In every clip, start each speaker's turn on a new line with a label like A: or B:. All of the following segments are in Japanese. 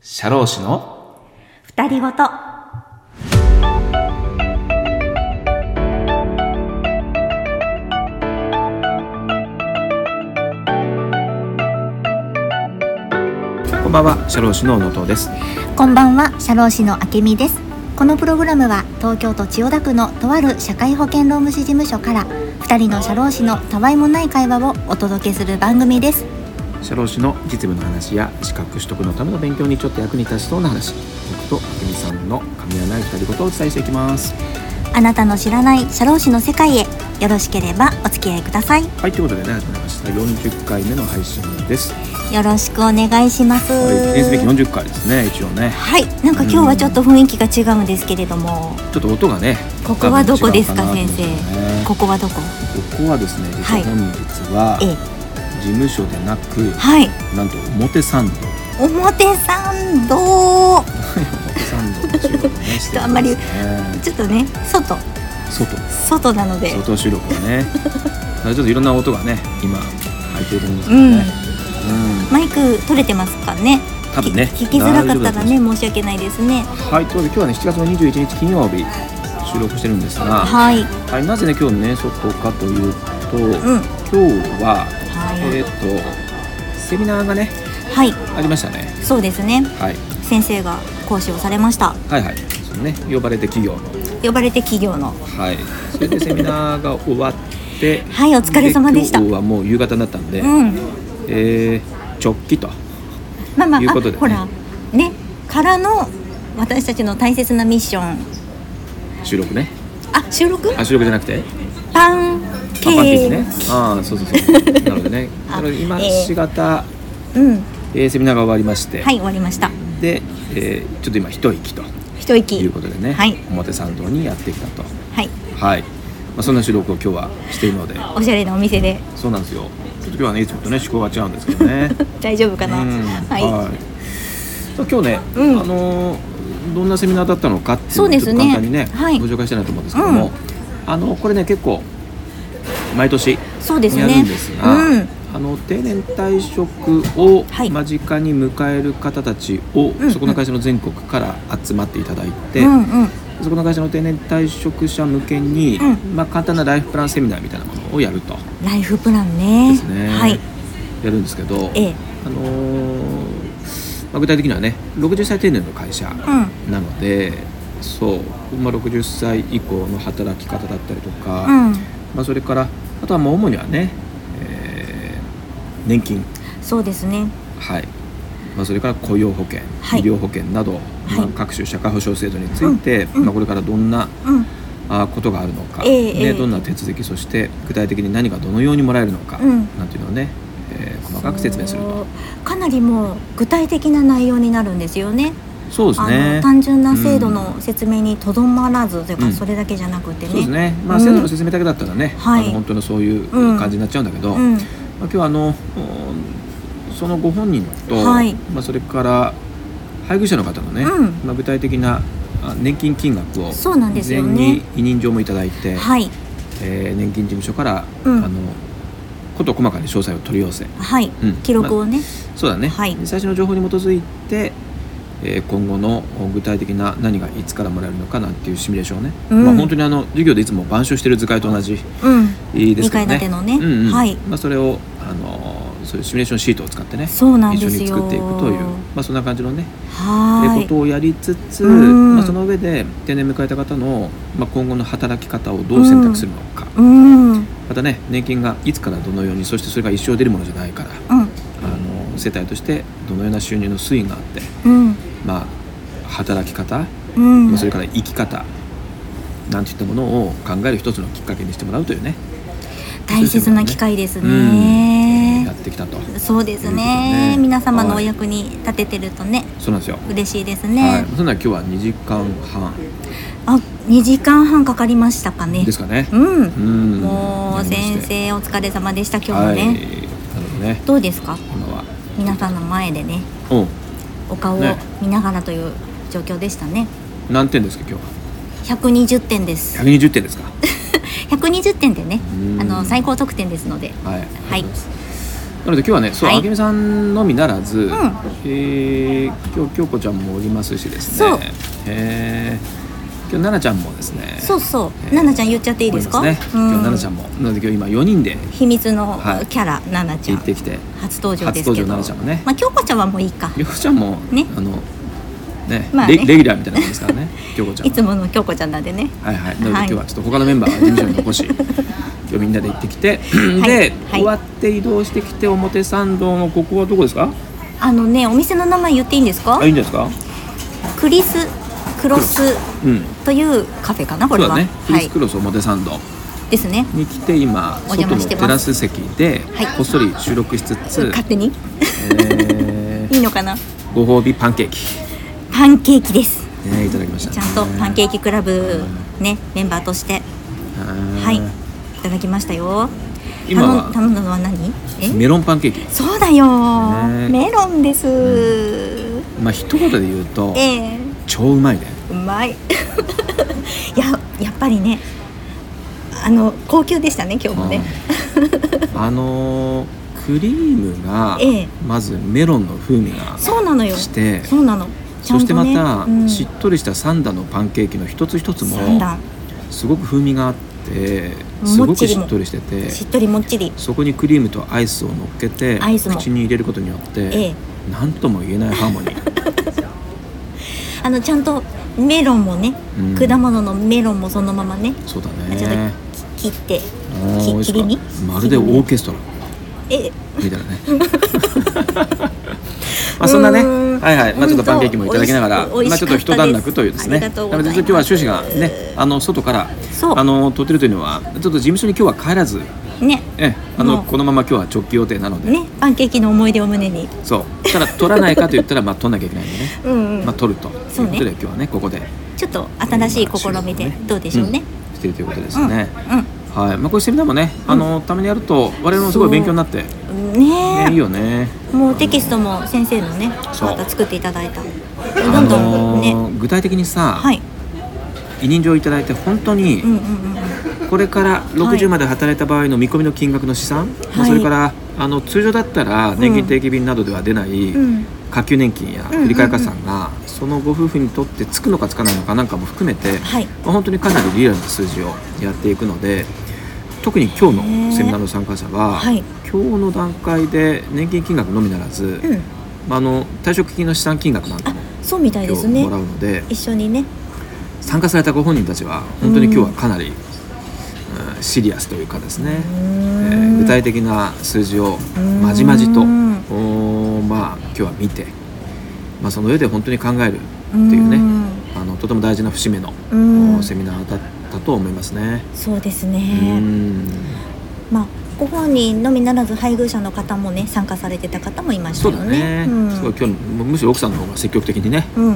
A: 社労士の
B: 二人ごと。
A: こんばんは社労士の小野藤です
B: こんばんは、社労士のあけみです。このプログラムは東京都千代田区のとある社会保険労務士事務所から二人の社労士のたわいもない会話をお届けする番組です。
A: 社労士の実務の話や資格取得のための勉強にちょっと役に立ちそうな話僕とあけみさんの神はない二人ごとをお伝えしていきます
B: あなたの知らない社労士の世界へよろしければお付き合いください。
A: はいということでね始まりました40回目の配信です
B: よろしくお願いします。
A: これ記念すべき40回ですね一応ね
B: はい、なんか今日はちょっと雰囲気が違うんですけれども、
A: ちょっと音がね
B: ここはどこですか
A: 多分違
B: 先
A: うなと思う
B: 生
A: んだよね。
B: ここはどこ？
A: ここはですね実
B: はい
A: は本日は
B: ええ、
A: 事務所でなく、
B: はい、
A: なんと表参 道
B: 表参
A: 表
B: 道。
A: 参道の収録をねしてるですね
B: あんまりちょっとね、外
A: 外
B: 外なので、
A: 外収録を ねちょっといろんな音がね今入っているんですけ
B: う
A: ど
B: ん
A: ね、、うん
B: マイク取れてますかね。
A: 多分ね
B: き聞きづらかったら
A: 大丈夫だと思い
B: ね、
A: ま
B: 申し訳ないですね。
A: すはいということで今日はね7月の21日金曜日収録してるんですが、は
B: はい、
A: いなぜね今日ね外かというと、
B: うん、
A: 今日は
B: は
A: えっ、とセミナーがね
B: い、はい、
A: ありましたね、
B: そうですね。
A: はい、
B: 先生が講師をされました。
A: はいはいそのね呼ばれて企業の
B: 呼ばれて企業の。
A: はい、それでセミナーが終わって、
B: はい、お疲れ様でした。
A: 今
B: う
A: 日はもう夕方になったんで、
B: ん、
A: えー直帰と、
B: まあまあ、
A: いう
B: あ
A: ことでね
B: ほら、ね、からの私たちの大切なミッション。
A: 収録ね、
B: あ、収録？
A: あ収録じゃなくて、
B: パンケ
A: あパンケーキ
B: ー
A: ね
B: キ。、
A: あーそうそうそう、なのでね、
B: あ
A: なので今、
B: えー
A: しがた、
B: うん、
A: えーセミナーが終わりまして、
B: はい、終わりました。
A: で、えーちょっと今、一息と
B: 一息。
A: いうことでね、
B: はい
A: 表参道にやってきたと、
B: はい、
A: はいまあ、そんな収録を今日はしているので、
B: おしゃれなお店で
A: そうなんですよ、ちょっと今日はね、いつもとね、趣向が違うんですけど ね。
B: 大丈夫かな。
A: うん
B: は
A: そう今日ね、
B: うん
A: あのーどんなセミナーだったのかっていうの
B: そう
A: をちょ
B: で
A: っと
B: すね
A: 簡単にね
B: はい
A: ご紹介したいなと思うんですけども、
B: うん
A: あのこれね結構毎年
B: い、そうです
A: や
B: ね。
A: るんですが
B: うん、
A: あの定年退職を
B: はい
A: 間近に迎える方たちを、
B: ん
A: そこの会社の全国から集まっていただいて、
B: うんうん、
A: そこの会社の定年退職者向けに、
B: うん
A: まあ、簡単なライフプランセミナーみたいなものをやると
B: ライフプランね。
A: ですね、
B: はい、
A: やるんですけど、
B: ええ、
A: あのーまあ、具体的にはね60歳定年の会社
B: う
A: なので、そう、まあ、60歳以降の働き方だったりとか、
B: うん、
A: まあ、それからあとはもう主にはね、えー年金、
B: そうですね。
A: はいまあ、それから雇用保険、
B: はい
A: 医療保険など、まあ
B: はい
A: 各種社会保障制度について、まあ、これからどんな
B: うん、
A: あーことがあるのか、
B: えええ
A: ね、
B: え
A: どんな手続きそして具体的に何がどのようにもらえるのか、
B: うん
A: なんていうのをね、えー細かく説明すると。
B: そう。かなりもう具体的な内容になるんですよね。
A: そうです
B: あ
A: ね
B: の単純な制度の説明にとどまらずというか、
A: うん
B: それだけじゃなくてね。
A: そうですね、まあ、
B: うん
A: 制度の説明だけだったらね、
B: はい
A: あの本当にそういう
B: うん
A: 感じになっちゃうんだけど、
B: うん、
A: まあ、今日はあのおそのご本人と、
B: はい
A: まあ、それから配偶者の方のね、
B: うん
A: まあ、具体的なあ年金金額を
B: そうなんです
A: 事前
B: よね
A: に委任状もいただいて、
B: はい、
A: えー年金事務所から、
B: うん
A: あのこと細かに詳細を取り寄せ、
B: はい、
A: うん
B: 記録をね、
A: そうだね、
B: はい
A: 最初の情報に基づいて、えー今後の具体的な何がいつからもらえるのかなんていうシミュレーションをね、
B: うん
A: まあ、本当にあの授業でいつも板書してる図解と同じ
B: うん、
A: ですけどね
B: 二階建てのね
A: うんうん
B: はい
A: まあ、それを、あのーそういうシミュレーションシートを使ってね
B: そうなんですよ。
A: 一緒に作っていくという、まあ、そんな感じのね、
B: は
A: え
B: ー
A: ことをやりつつ、
B: うん
A: まあ、その上で定年迎えた方の、まあ、今後の働き方をどう選択するのか、
B: い。うん、うん、
A: またね年金がいつからどのようにそしてそれが一生出るものじゃないから、あの世帯としてどのような収入の推移があって。
B: うん、
A: まあ、働き方、
B: うん、
A: まあそれから生き方なんていったものを考える一つのきっかけにしてもらうというね
B: 大切な機会です
A: うん
B: ね
A: や。ってきたと
B: そうです
A: ということで
B: ね
A: ね。
B: 皆様のお
A: はい
B: 役に立ててるとね、
A: そうなんですよ、
B: 嬉しいです
A: はい
B: ね。
A: そんなら今日は2時間半
B: あ、2時間半かかりましたかね
A: で。すかね
B: う。
A: うんん
B: もう先生お疲れ様でした今日も
A: はいな
B: ね。
A: のでね
B: どうですか？
A: 今は
B: 皆さんの前でね、
A: う
B: お顔を
A: ね
B: 見ながらという状況でしたね。
A: ん何点ですか今日は
B: 120点です。
A: 120点ですか
B: 120点でね
A: う、ん
B: あの最高得点ですので。
A: はい
B: はい
A: ありがとうございますなので今日はねそう、
B: はい
A: あけみさんのみならず、え
B: ん
A: ー今日京子ちゃんもおりますしですね
B: そう
A: えー今日奈々ちゃんもですね
B: そう
A: うえ
B: そう、
A: ー
B: 奈々ちゃん言っちゃっていいですか。
A: ね、
B: う
A: 今日奈々ちゃんもなので今日今4人で
B: 秘密の
A: はい
B: キャラ、奈々ちゃ
A: 行
B: ん
A: っ。てきて
B: 初登場です
A: 初
B: け
A: 登
B: ど。
A: 場奈々ちゃんもね
B: まあ、京子ちゃんはもういいか。
A: 京子ちゃんも、
B: ね
A: あのね,、
B: まあね
A: レレギュラーみたいなもんです からね京子ちゃん
B: い
A: は
B: つもの京子ちゃんなんでね。
A: はいはい、なので
B: は
A: 今
B: い
A: 日はちょっと他のメンバーが事務所に残 し今日みんなで行ってきてで、
B: はい
A: 終わって移動してきて表参道のここはどこですか
B: あのね、お店の名前言っていいんですか
A: あ。いいんじゃないですか
B: クリスクロス
A: うん
B: というカフェかな、こ
A: そう
B: れは。
A: だねク
B: は
A: リス
B: い
A: ク。ロス表参道
B: ですね。
A: に来て今
B: お邪
A: 外
B: 魔
A: の
B: して
A: テ
B: ます
A: ラス席で
B: はい
A: こっそり収録しつつ、
B: 勝手に。
A: えー
B: いいのかな。
A: ご褒美パンケーキ、
B: パンケーキです。
A: ね、いただきました、ね、
B: ちゃんとパンケーキクラブ
A: う
B: ね、メンバーとして。
A: は
B: はい。
A: い
B: いただきましたよ。
A: 今
B: 頼ん
A: は
B: 頼んだのは何？え？
A: メロンパンケーキ
B: そうだよ
A: ね。
B: メロンです。
A: まあ一言で言うと
B: ええ
A: 超うまいね
B: うまい。 ややっぱりね、あの高級でしたね今日もね。
A: うんあのークリームが、
B: ええ
A: まずメロンの風味が
B: そうなのよ。
A: して
B: そうなの。ちゃ
A: そ
B: ん
A: して
B: と
A: ま
B: ね
A: た、
B: うん
A: しっとりしたサンダのパンケーキの一つ一つも
B: 三段
A: すごく風味があってす
B: も
A: ご
B: っち
A: く
B: り
A: し
B: も
A: っとりしてて
B: しっとりもっちり。
A: そこにクリームとアイスを乗っけて
B: アイスも
A: 口に入れることによって、
B: ええ
A: なんとも言えないハーモニー
B: あのちゃんとメロンもね、
A: うん
B: 果物のメロンもそのままね、
A: そうだ
B: ちょっ
A: ね
B: とき切って
A: おー美味
B: き
A: し
B: 切り
A: か
B: 身
A: ったまるでオーケストラ
B: え
A: みたいなね まあそんなね
B: うーん
A: はいはいまあちょっとパンケーキもいただきながら
B: 本当美味
A: まあちょっと
B: 美味し
A: 一
B: かったで
A: 段
B: す
A: 落というですね
B: ありがとうございます
A: なので今日は終始がねあの外から
B: そう
A: あの撮ってるというのはちょっと事務所に今日は帰らず
B: ね
A: ええあの
B: もう
A: このまま今日は直帰予定なので、
B: ねパンケーキの思い出を胸に。
A: そうただ撮らないかと言ったらまあ撮んなきゃいけないんでね
B: うんうん
A: まあ、撮るということ
B: そう
A: で、
B: ね
A: 今日はねここで
B: ちょっと新しい試みでどうでしょうね。、
A: んしているということですね、
B: う
A: はいまあ、こういうセミナーもね、あのたまにやると我々もすごい勉強になって、ね、
B: ん、ねえ
A: いいよね
B: もうテキストも先生のね
A: そう
B: また作っていただいた
A: あ
B: どんどん
A: の
B: ね、
A: ー具体的にさ、
B: はい
A: 委任状をいただいて本当に
B: うんうんうんうん
A: これから
B: はい
A: 60まで働いた場合の見込みの金額の試算、ま
B: は
A: あ
B: い
A: それからあの通常だったら年金定期便などでは出ない
B: うん
A: 下給年金や
B: うんうんうん
A: 振り替え加算がそのご夫婦にとってつくのかつかないのかなんかも含めて、
B: はい
A: まあ本当にかなりリアルな数字をやっていくので特に今日
B: へえ
A: のセミナーの参加者は、
B: はい
A: 今日の段階で年金金額のみならず、
B: うん
A: まあ、あの退職金の資産金額なんか
B: あ
A: も
B: そうみたい
A: 今
B: です
A: 日
B: ね
A: もらうので
B: 一緒にね
A: 参加されたご本人たちは本当に今日はかなり、うんシリアスというかですね、え
B: うーん
A: ー具体的な数字を
B: ん
A: まじまじとおーまあ今日は見て、まあ、その上で本当に考えるっていうね
B: ん
A: あのとても大事な節目の
B: うん
A: おーセミナーだったと思いますね。
B: そうです
A: う
B: ね
A: ん
B: まあご本人のみならず配偶者の方もね参加されてた方もいました
A: そ
B: よ
A: うだね、
B: ねうん
A: すごい今日むむしろ奥さんの方が積極的にね
B: うんうん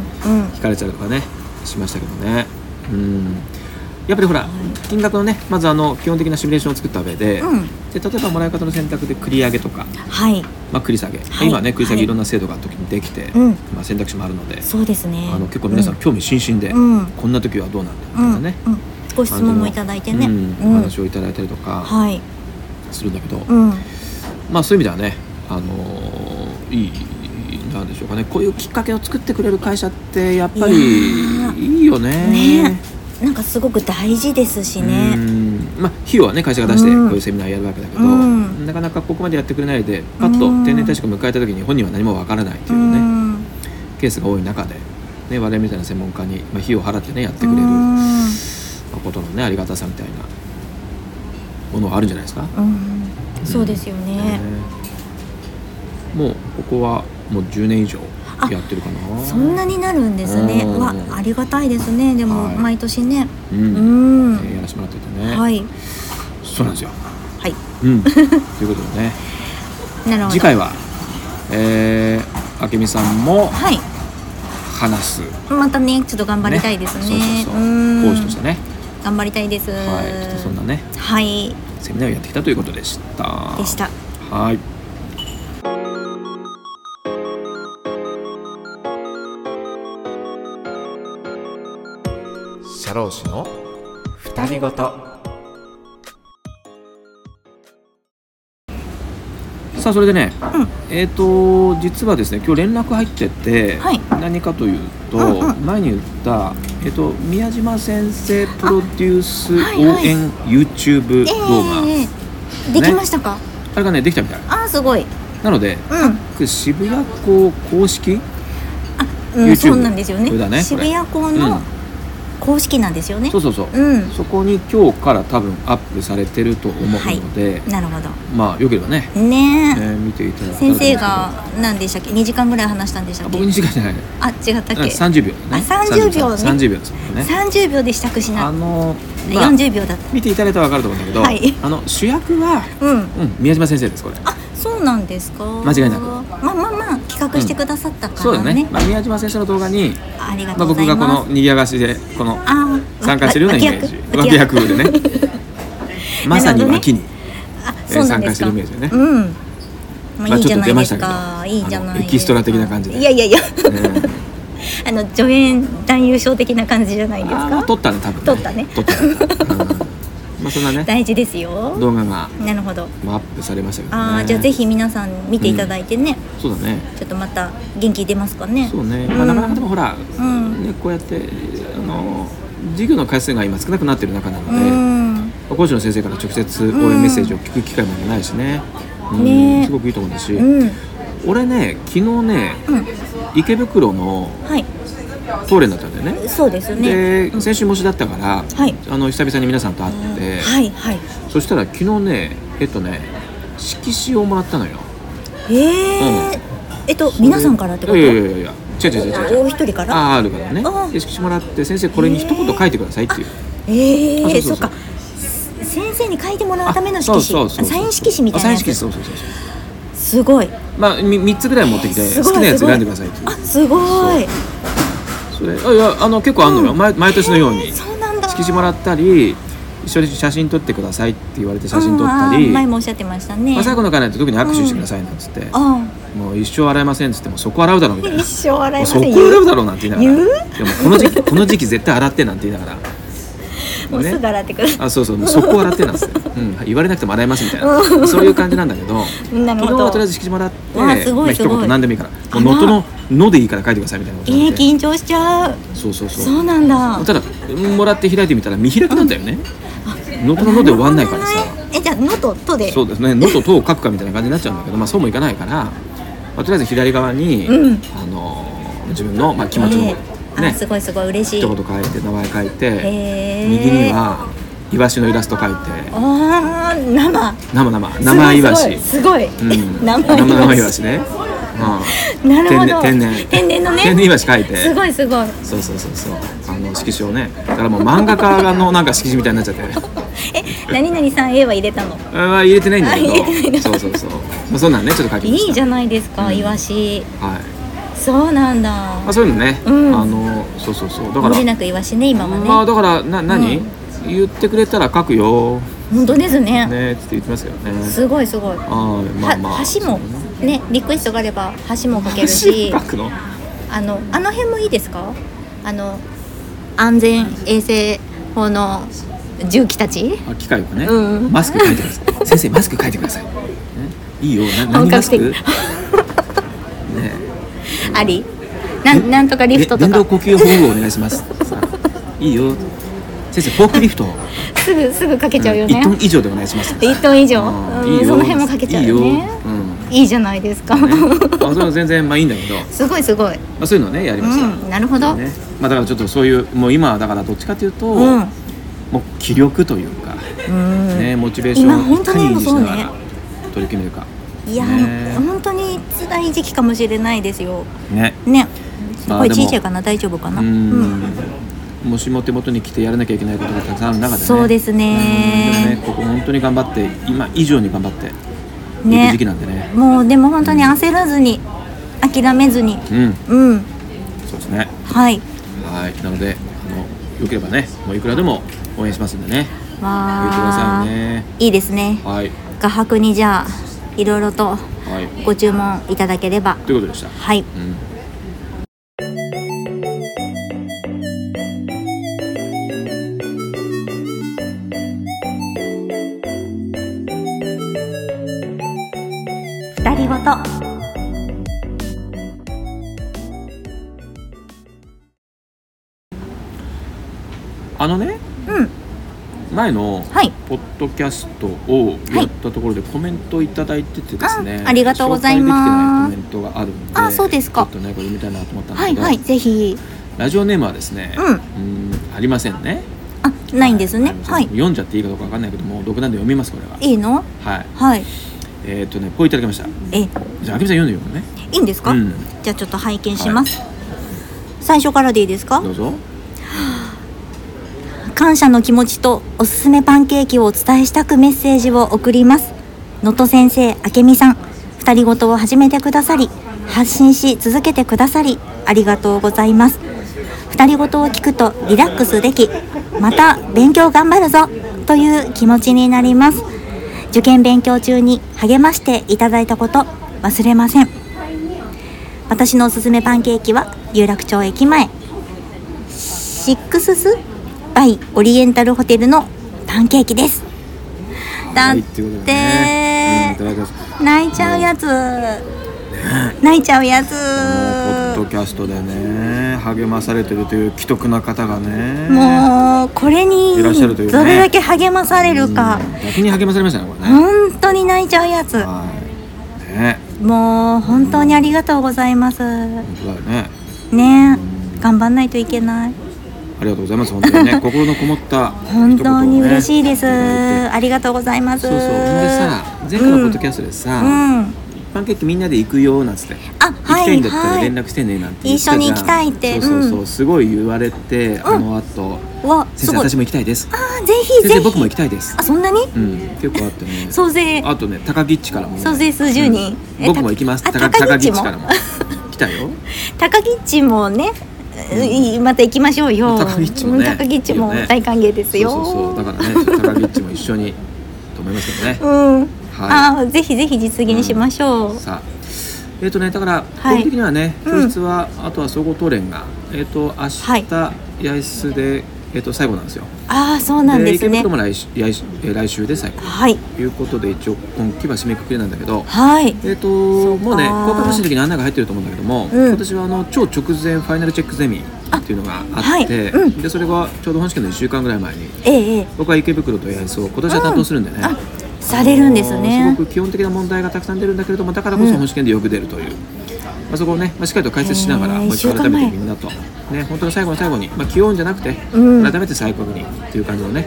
A: 聞かれちゃうとかねしましたけどねうんやっぱりほら金額のねまずあの基本的なシミュレーションを作った上で、
B: うん
A: で例えばもらい方の選択で繰り上げとか、
B: はい
A: まあ、繰り下げ、
B: はい
A: 今ね繰り下
B: は
A: げ
B: い
A: いろんな制度が時にできて、
B: うん
A: まあ、選択肢もあるので、
B: そうですね
A: あの結構皆さん興味津々で、
B: うん
A: こんな時はどうなんだみ
B: う
A: たい
B: ん
A: なね、
B: うんうんご質問もいただいてね
A: う
B: うん
A: お
B: ん
A: 話をいただいたりとか
B: はい
A: するんだけど、
B: うん
A: まあそういう意味ではね、あのーいいなんでしょうかねこういうきっかけを作ってくれる会社ってやっぱり
B: いやー
A: いいよね。
B: ねなんかすごく大事ですし
A: う
B: ね
A: んまあ、費用はね会社が出してこ
B: うん
A: ういうセミナーやるわけだけど、
B: うん
A: なかなかここまでやってくれないでパッと
B: うん
A: 定年退職を迎えた時に本人は何もわからないと
B: う
A: いうね、
B: ん
A: ケースが多い中で、ね、我々みたいな専門家に、まあ、費用を払ってねやってくれる、ま
B: うん
A: あことのねありがたさみたいなものはあるんじゃないですか。
B: うんそうですよね
A: ねもうここはもう10年以上やってるかな。
B: そんなになるんですね
A: うん
B: わありがたいですねでも
A: はい
B: 毎年ね
A: う、
B: うんん
A: えーやらせてもらっててね、
B: はい
A: そうなんですよ。
B: はい
A: うん、ということでね。
B: なるほど
A: 次回は、えー、あけみさんも
B: はい
A: 話す、ね
B: またねちょっと頑張りたいですね
A: そうそうそう
B: うん
A: 講師としてね、
B: 頑張りたいです
A: はい、ちょっとそんなね
B: はい
A: セミナーをやってきたということでした
B: でした
A: はい社労士の
C: 二人ごと
A: さんそれでね、
B: うん
A: えっ、と実はですね今日連絡入ってて、
B: はい
A: 何かというと、
B: うんうん
A: 前に言った、えっと宮島先生プロデュース応
B: あはいはい
A: 援 YouTube
B: え
A: 動画、
B: えできましたか、
A: あれがねできたみたい
B: ああすごい
A: なので
B: うん
A: 渋谷校公式
B: あ、うん
A: YouTube
B: そうなんですよね
A: これだねこれ
B: 渋谷校
A: う
B: の
A: ん
B: 公式なんですよね
A: そうそうそう、
B: うん
A: そこに今日から多分アップされてると思うので、
B: なるほど
A: まあよければね、
B: ね
A: え
B: え
A: ー見ていただきたい
B: 先生が何でしたっけ2時間ぐらい話したんでしたっけ
A: 僕2時間じゃない
B: あ違ったっけ
A: 30秒だね
B: あ30秒ね
A: 30秒ですもんね
B: 30秒で支度し
A: あ
B: な
A: のまあ
B: 40秒だっ
A: 見ていただいたら分かると思うんだけど、
B: はい
A: あの主役は、
B: たうん
A: うん、宮島先生ですこれ
B: あそうなんですか
A: 間違いなく
B: まあまあまあ企画してくださったか
A: そう
B: ら
A: だ
B: ね,、
A: ねまあ、宮島先生の動画に、
B: ありが
A: ま
B: と
A: あ、
B: うござ
A: 僕
B: い
A: がこ
B: ま
A: の
B: す、
A: 賑やがしでこの
B: あ
A: 参加してるようなイメージ脇役でね まさに脇に、
B: あそうなんで
A: 参加
B: すか
A: してるイメージだね
B: うんま
A: まあ
B: あいいじゃ
A: ちょっ
B: ないです
A: と出
B: か、
A: ましたけど
B: いいじゃない
A: あのエキストラ的な感じで
B: いやいやいや
A: うん
B: あの助演男優賞的な感じじゃないです
A: あー
B: か
A: 撮ったね多分
B: 撮ったね
A: 撮った、うんまあそんなね
B: 大事ですよ
A: 動画が、
B: なるほど
A: まあ、アップされましたけどね
B: ああ、じゃあぜひ皆さん見ていただいてね、
A: そうだね
B: ちょっとまた元気出ますかね
A: そうね、まあ、
B: うん
A: なかなかでもほら、
B: ん
A: ね、こうやってあの授業の回数が今少なくなってる中なの
B: う
A: で、
B: ん
A: 講師の先生から直接応援メッセージを聞く機会もないしね,、うん
B: ねえ
A: すごくいいと思うし、
B: うん
A: 俺ね昨日ね
B: うん
A: 池袋の
B: はい
A: トーレンだったんだよね
B: そうですね
A: で先週模試だったから、
B: はい
A: あの久々に皆さんと会って、
B: はいはい
A: そしたら昨日ねえっとね色紙をもらったのよ
B: え
A: う
B: ーえっと皆さんからってこと
A: いやいやいやいや違う違う違う違う
B: お一人から
A: ああるからね
B: あ
A: で色紙もらって先生これに一言書いてくださいっていう
B: ええ
A: あ
B: ー、
A: そ
B: そう
A: そうそう
B: っか先生に書いてもら
A: あ
B: うための色紙
A: そうそうそうそう
B: サイン色紙みたい
A: あサ
B: な
A: イン色
B: や
A: 紙
B: つ
A: そうそうそうそう
B: すごい
A: まあみ三つぐらい持ってきて
B: す
A: 好
B: ごい
A: きなやつ選んでくださいっていう
B: あすごい
A: それあいやあの結構あんのよ、
B: うん
A: 毎毎年のように
B: えーそうなんだ
A: 色紙もらったり一緒に写真撮ってくださいって言われて写真撮った
B: うんあー
A: り、
B: 前もおっしゃってましたね
A: まあ、最後の会なんて特に握手してくださいなんつって、
B: あ
A: もう一生洗えませんっつってもそこ洗うだろうみたい
B: ー
A: な
B: 一生洗い
A: もう
B: ま
A: そ
B: せん
A: こ洗うだろうなんて言いながら
B: 言う
A: でもこの時期 この時期絶対洗ってなんて言いなが
B: も
A: ら
B: うすぐ洗ってください
A: あそうそうもうそこ洗ってなんつって、うん、言われなくても洗いますみたいなそういう感じなんだけど
B: なるほど
A: 昨日はとりあえず色紙もらって
B: わあすご
A: ま
B: い
A: あ、
B: す
A: 一
B: ごい
A: 言何でもいいから「
B: あ
A: もう能登の「の」でいいから書いてくださいみたいなこ
B: え
A: とにな
B: ー、
A: って
B: 緊張しちゃう
A: そうそうそう
B: そうなんだ
A: ただもらって開いてみたら見開きなんだよね能登の「の」で終わんないからさ
B: えじゃあ「の」と「と」で
A: そうですね「の」と「と」を書くかみたいな感じになっちゃうんだけど、まあ、そうもいかないから、まあ、とりあえず左側に、
B: うん
A: あのー自分の、まあ、気持ちの、
B: えーあ
A: ね
B: すごいすごい嬉しい
A: 一言書いて名前書いて、
B: へー
A: 右にはイワシのイラスト書いて
B: あー生
A: 生生生イワシ。
B: すごいす
A: うん
B: ごい、 生
A: 生
B: イ
A: 生イ
B: ワ
A: ワ
B: シ
A: シね、うん、
B: なるほど
A: 天然
B: 天然のね
A: 天然イワシ書いて
B: すごいすごい
A: そうそうそうそうあの色紙をねだからもう漫画家のなんか色紙みたいになっちゃ って
B: え何々さん A は入れたの
A: あは入れてないんだけ
B: あ入れてないん
A: ど
B: だ
A: そうそうそうまあそんなんねちょっと書きました
B: いいじゃないですか、
A: うん
B: イワシ
A: はい
B: そうなんだ、
A: まあそういうのね、
B: うん
A: あのそうそうそうだか
B: 無
A: ら
B: 理なくイワシね今はね、
A: まあだからな何、
B: うん
A: 言ってくれたら書くよ
B: 本当ですね
A: ねって言ってますけどね
B: すごいすごいは
A: あーまあまあ
B: 橋もねリクエストがあれば橋もかけるし
A: 橋書くの
B: あのあの辺もいいですかあの安全衛生法の重機たち
A: あ機械をね、
B: うん
A: マスク書いてください先生マスク書いてください、ね、いいよな何
B: 本
A: マ
B: 格
A: スク
B: 的
A: ね
B: ありなんなんとかリフト
A: で電
B: と
A: 動
B: か
A: 呼吸法具お願いしますさあいいよ先生フォークリフト
B: すぐすぐかけちゃうよ
A: 1
B: ね
A: トン以上でお願いします
B: 1トン以上
A: あー
B: うん
A: いいよ
B: その辺もかけちゃうよ
A: いい
B: ね
A: よ、うん
B: いいじゃないですか、
A: ねあそれは全然まあいいんだけど、ます
B: ごいすごい
A: あ、そういうのねやりました、
B: うんなるほど
A: ねまあ、だからちょっとそういうもう今はだからどっちかというと、
B: うん
A: もう気力というか、
B: うん
A: ね、モチベーショ
B: 今
A: ンをい
B: 本当
A: か
B: に
A: に維持しなが
B: そ
A: ら
B: う
A: 取り組めるか
B: いや、
A: ね
B: 本当に辛い時期かもしれないですよ
A: ね
B: ねす
A: まあ
B: ごい
A: でも
B: 小さいかな大丈夫かな
A: う
B: うん
A: んもしも手元に来てやらなきゃいけないことがたくさんある中で、ね、
B: そうですね
A: うんでもねここ本当に頑張って今以上に頑張ってい
B: ね
A: く時期なんでね
B: もうでも本当に焦らずに諦めずに
A: うん
B: うん
A: そうですね
B: はい
A: はいなのであのよければねもういくらでも応援しますんでね言ってくだ
B: わ
A: さ
B: あ
A: いね
B: いいですね
A: はい
B: 画伯にじゃあいろいろと
A: はい
B: ご注文いただければ
A: ということでした
B: はい
A: うん
B: と
A: あのね
B: うん
A: 前の
B: はい
A: ポッドキャストをやったところでコメントいただいててですね、
B: あありがとうございま
A: 紹介
B: す
A: できてないコメントがあるんで
B: あそうですか
A: ちょっとねこれ読みたいなと思ったんだ
B: は
A: け
B: い
A: ど、
B: はいぜひ
A: ラジオネームはですね、
B: う
A: ん
B: ん
A: ありませんね
B: あないんですね
A: は
B: はいい
A: 読んじゃっていいかどうかわかんないけども独断で読みますこれはい
B: いの
A: はい
B: はい
A: えっ、とねこういただきました
B: えい
A: じゃああけみさん読んでよね
B: いんですか、
A: うん
B: じゃあちょっと拝見します、最初からでいいですか
A: どうぞ
B: 感謝の気持ちとおすすめパンケーキをお伝えしたくメッセージを送ります能登先生、明美さん二人ごとを始めてくださり発信し続けてくださりありがとうございます二人ごとを聞くとリラックスできまた勉強頑張るぞという気持ちになります受験勉強中に励ましていただいたこと忘れません私のおすすめパンケーキは有楽町駅前シックススバイオリエンタルホテルのパンケーキですだ
A: は
B: っ
A: い
B: て、
A: ということでね、うん、いただきます
B: 泣いちゃうやつ、泣いちゃうや
A: も
B: つ
A: うポッドキャストでね励まされてるという既得な方がね
B: もうこれに
A: いらっしゃるというね
B: どれだけ励まされるか、
A: うん逆に励まされましたねこれね、
B: 本当に泣いちゃうやつ
A: はいね
B: もう本当にありがとうございます
A: 本当だよね
B: ね頑張んないといけない
A: ありがとうございます本当に ね心のこもった
B: 本当に嬉しいです、
A: 一言をね
B: ありがとうございます
A: そうそうでさ前回のポッドキャストでさ、
B: うん、うん
A: パンケーキみんなで行くよなんつって
B: あ
A: 行き
B: は
A: たい
B: い
A: んだったら
B: は
A: 連
B: い
A: 絡してねなんて言ったじゃん
B: 一緒に行きたいって
A: そうそうそう、
B: うん
A: すごい言われて、あの後
B: わ
A: 先
B: す
A: 生
B: ごい
A: 私も行きたいです
B: あぜひ
A: 先
B: ぜ
A: 生僕も行
B: ひ
A: きたいです
B: あそんなに
A: うん結構あってね
B: 総勢
A: あとね高木っちからもね
B: 総勢数十人
A: うん
B: え
A: 僕も行きます
B: た
A: 高
B: あ
A: 高
B: 高
A: 木っ
B: 木っ
A: ち
B: ち
A: から
B: も
A: も来たよ
B: 高木っちもね、ういまた行きましょうよ。
A: 高木っちもね
B: うん高木っちも
A: いいよね
B: 大歓迎ですよ。
A: そうそうそうだからねちょっと高木っちも一緒にと思いますけどね
B: うん。
A: は
B: ああぜひぜひ実現しましょう。
A: いさあえっ、とねだから基
B: はい
A: 本的にはね、
B: うん
A: 教室は、あとは総合東連がえっ、と明日、
B: はい
A: 八重洲でえっ、と最後なんですよ
B: ああそうなんです
A: 池
B: ね
A: 袋。も来週来週えー来週で最後
B: はい
A: ということで一応今期は締めくくりなんだけど
B: はい。
A: えっ、と
B: うか
A: もうね公開発信の時に案内が入ってると思うんだけども、
B: うん
A: 今年はあの超直前ファイナルチェックゼミっていうのがあって
B: あはいうん
A: でそれがちょうど本試験の1週間ぐらい前に
B: ええええ
A: 僕は池袋と八重洲を今年は担当するんでね、
B: あされるんです
A: あの
B: ね
A: す。ごく基本的な問題がたくさん出るんだけれどもだからこそ
B: うん
A: 本試験でよく出るという、まあ、そこをね、まあ、しっかりと解説しながら
B: へー
A: もう一度
B: 一週
A: 改め
B: 間前
A: てみんなと、ね、本当に最後の最後に、まあ、気負うんじゃなくて、
B: うん
A: 改めて再確認という感じのね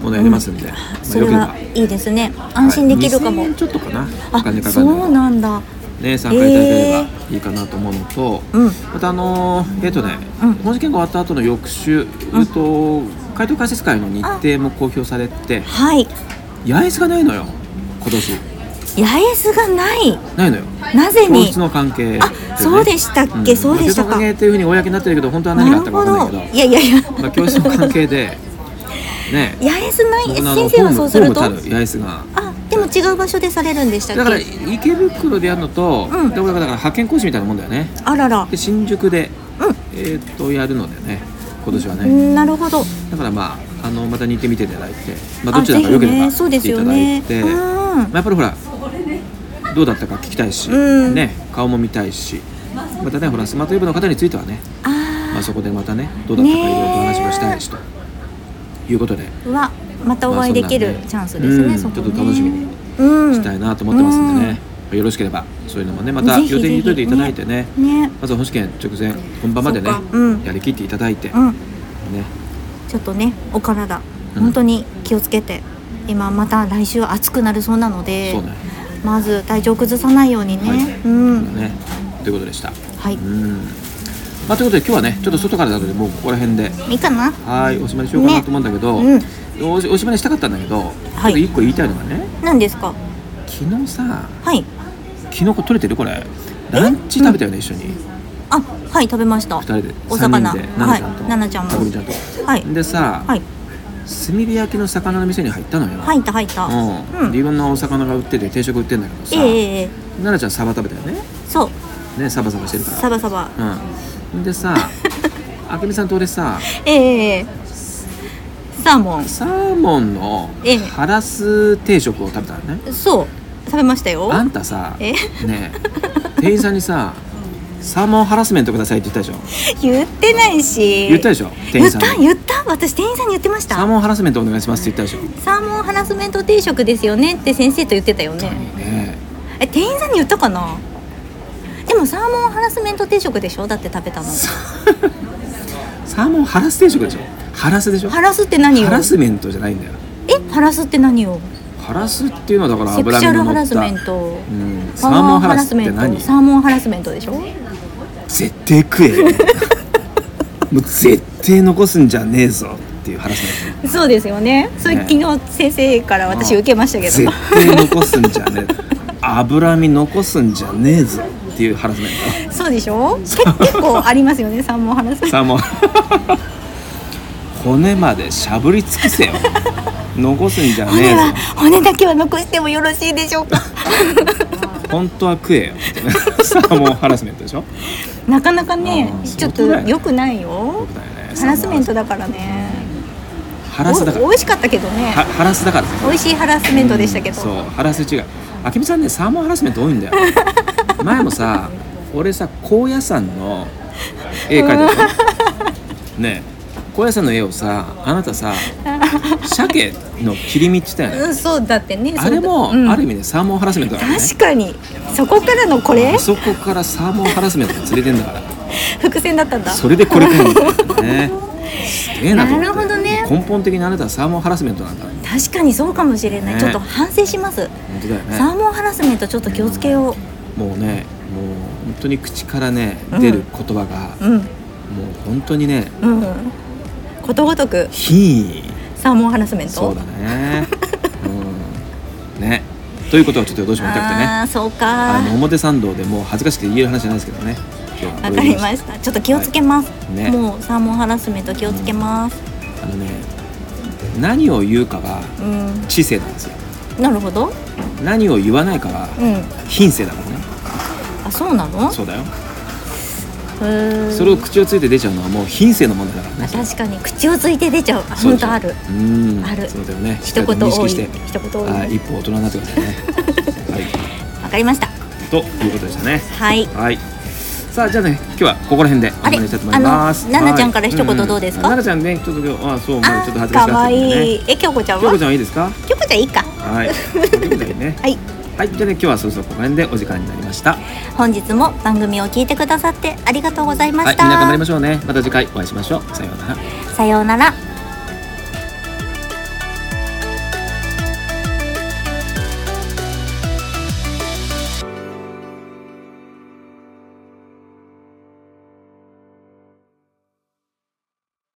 A: ものをやりますんで、まあ
B: そ
A: よ
B: れ
A: ければ
B: はいいですね。安心できるかも
A: はい2000。円ちょっとかなお金
B: あ
A: かか
B: そ
A: るの
B: うなんだ。
A: ね参加いただければいいかなと思うのと、
B: うん。
A: またあのーえっ、とね、
B: うん
A: 本試験が終わった後の翌週、
B: うん
A: えっと回答解説会の日程も公表されて
B: はい。
A: 八重洲がないのよ今年
B: 八重洲がない。
A: ないのよ
B: なぜ
A: 皇
B: に
A: 室。の関係でね、
B: あそうでしたっけ、
A: ん
B: そうでし
A: 皇室の
B: た
A: 関
B: か。
A: 係っていうふうに公になってるけど本当は何があったかわかんないけ
B: いやいやいや。
A: どまあ教室の関係でね
B: 八重洲ない
A: 僕のあ
B: 先生はそうする
A: ホ
B: と
A: ームホームたる八重洲が
B: あでも違う場所でされるんでしたっけ
A: だから池袋でやるのと、
B: うん
A: だからだから派遣講師みたいなもんだよね
B: あらら
A: で新宿で、
B: うん
A: えーっとやるのでね今年は
B: う
A: ね、
B: んなるほど
A: だからまああのまた似てみていただいて、まあ、ど
B: あ
A: ち
B: ぜ
A: らか
B: ひ
A: 良ければ
B: ねそう
A: 来
B: で
A: て
B: す
A: い
B: よ
A: ただ
B: ね
A: いうて、ま
B: ん
A: あ、やっぱりほらどうだったか聞きたいし、
B: うん
A: ね顔も見たいしまたねほらスマートウェブの方についてはねま
B: あ
A: あ、そこでまたねどうだったかいろいろとお話もしたいしということで
B: ーはまたお会いできる
A: まあ
B: チャンスです
A: うん
B: ねそこね
A: ちょっと楽しみに
B: うん
A: したいなと思ってますんでね、よろしければそういうのもねまた
B: ぜひ
A: 予定に入れといてい
B: ぜひ
A: ただいてね
B: ね
A: まずは本試験直前本番までね
B: そっかうん
A: やりきっていただいて、
B: う
A: ね
B: んちょっとねお体
A: うん
B: 本当に気をつけて今また来週暑くなるそうなので
A: そうね
B: まず体調崩さないように
A: はい
B: ねうん
A: ねということでした、
B: はい
A: うんまあ、ということで今日はねちょっと外からだとでもうここら辺で
B: いいかな
A: はいおしまいにしようかな
B: ね
A: と思うんだけど、
B: うん
A: おしおしまいにしたかったんだけど、ちょ
B: はい
A: っと一個言いたいのがね
B: 何ですか
A: 昨日さ
B: はい
A: キノコ取れてるこれランチ食べたよね一緒に
B: あはい食べました
A: 二人で
B: お
A: 三
B: 魚
A: 人で奈々ちゃんと
B: はい奈々ちゃんも
A: たくみちゃんと
B: はい
A: でさ、
B: はい
A: 炭火焼きの魚の店に入ったのよ、
B: 入った入った
A: うんでいろんなお魚が売ってて定食売ってんだけどさ、
B: ええええ
A: 奈々ちゃんサバ食べたよね
B: そう
A: ねサバサバしてるから
B: サバサバ
A: うんで さあけみさんと俺さ
B: ええええサーモン
A: サーモンの
B: ええ
A: ハラス定食を食べたのね
B: そう食べましたよ
A: あんたさ
B: え
A: ねえ店員さんにさサーモンハラスメントくださいって言ったでしょ
B: 言ってないし
A: 言ったでしょ店
B: 言
A: 員
B: っ
A: さ
B: た
A: んに
B: 言った私店員さんに言ってました
A: サーモンハラスメントお願いしますって言ったでしょ
B: サーモンハラスメント定食ですよねって先生と言ってたよね
A: ね
B: え店員さんに言ったかなでもサーモンハラスメント定食でしょだって食べたの
A: えサーモンハラス定食でしょハラスでしょハ
B: ハラスって何よ
A: ラスメントじゃないんだよ
B: えハラスって何よ
A: ハラスっていうのはだから
B: セク
A: 油
B: シ
A: 身
B: ャル
A: の乗
B: ハ
A: っ
B: ラス
A: た
B: メント
A: うんサーモンハラスって
B: パワーハラスメン
A: 何
B: トサーモンハラスメントでしょ
A: 絶対食 えよもう絶対残すんじゃねえぞっていうハラスメント
B: そうですよねそれ
A: ね
B: 昨日先生から私受けましたけ
A: 絶
B: ど
A: 対残すんじゃねえ脂身残すんじゃねえぞっていうハラスメン
B: そうでしょけ結構ありますよねサーモンハラスメ
A: ト
B: ン
A: サー モン骨までしゃぶり尽くせよ残すんじゃ
B: ト
A: ね
B: 骨
A: えぞ
B: は骨だけは残してもよろしいでしょうか
A: 本当は食えよみたいなサーモンハラスメントでしょ
B: なかなかね
A: あー
B: ちょっと
A: そうだよね
B: 良くないよ
A: 僕だよね
B: ハラスメントだからね
A: ハラスだか
B: お
A: ら
B: 美味しかったけどね
A: はハラスだからね
B: 美味しいハラスメントでしたけど
A: そうハラス違うあけみさんねサーモンハラスメント多いんだよ前もさ俺さ高野山の絵描いたでしょねえ高野山の絵をさあなたさ鮭の切り身って言ったよ
B: う
A: ね
B: ん、そうだってね
A: あれも、
B: そうだうん
A: ある意味でサーモンハラスメントだからね
B: 確かにそこからのこれ
A: あそこからサーモンハラスメントに連れてんだから
B: 伏線だったんだ
A: それでこれ食うんだよね すげえなと思って
B: なるほどね
A: 根本的にあなたはサーモンハラスメントなんだね
B: 確かにそうかもしれない、
A: ね
B: ちょっと反省します、
A: 本当だよね
B: サーモンハラスメントちょっと気をつけよ
A: もうねもう本当に口からね
B: うん
A: 出る言葉が、
B: ううん
A: もう本当にね
B: うんことごとく
A: 品位
B: サーモンハラスメント
A: そうだねうんねということはちょっとどうしても言いたくてね
B: ああーそうか
A: あの表参道でもう恥ずかしくて言える話じゃないですけどね今日は
B: わ
A: こ
B: か
A: れで
B: りましたちょっと気をつけます、
A: いね
B: もうサーモンハラスメント気をつけます
A: あのね何を言うかは
B: うん、
A: 知性なんですよ
B: なるほど
A: 何を言わないかは
B: うん
A: 品性だからね
B: あそうなの
A: そうだよ
B: うーん
A: それを口をついて出ちゃうのはもう品性の問題だからね
B: あ確かに口をついて出ちゃうあ
A: そう
B: 本
A: でしょ
B: 当ある
A: うん
B: ある
A: そうだよね
B: 一言
A: しっかりと認
B: 多
A: 識
B: い
A: し
B: 一
A: て
B: 言多い
A: あー一歩大人になってくださいね はい
B: わかりました
A: ということでしたね
B: はい
A: はい。さあじゃあね今日はここら辺でお願いしたいと思います。
B: あれあの
A: はい
B: 奈々ちゃんから一言どうですか
A: ん奈々ちゃんねちょっと今日あそうまだちょっと恥ず
B: あ
A: かし
B: か
A: がっ
B: わ
A: てるんで
B: いい
A: ね。
B: えきょこちゃん
A: 京
B: は
A: 子ちゃんはいいですか？
B: きょこちゃんいいか
A: はい。 京子ちゃんいいね
B: はい
A: はいじゃあね今日はそろそろここら辺でお時間になりました。はい
B: 本日も番組を聞いてくださってありがとうございま
A: みんな
B: した、
A: 頑張りましょうね。また次回お会いしましょう。さようなら。
B: さようなら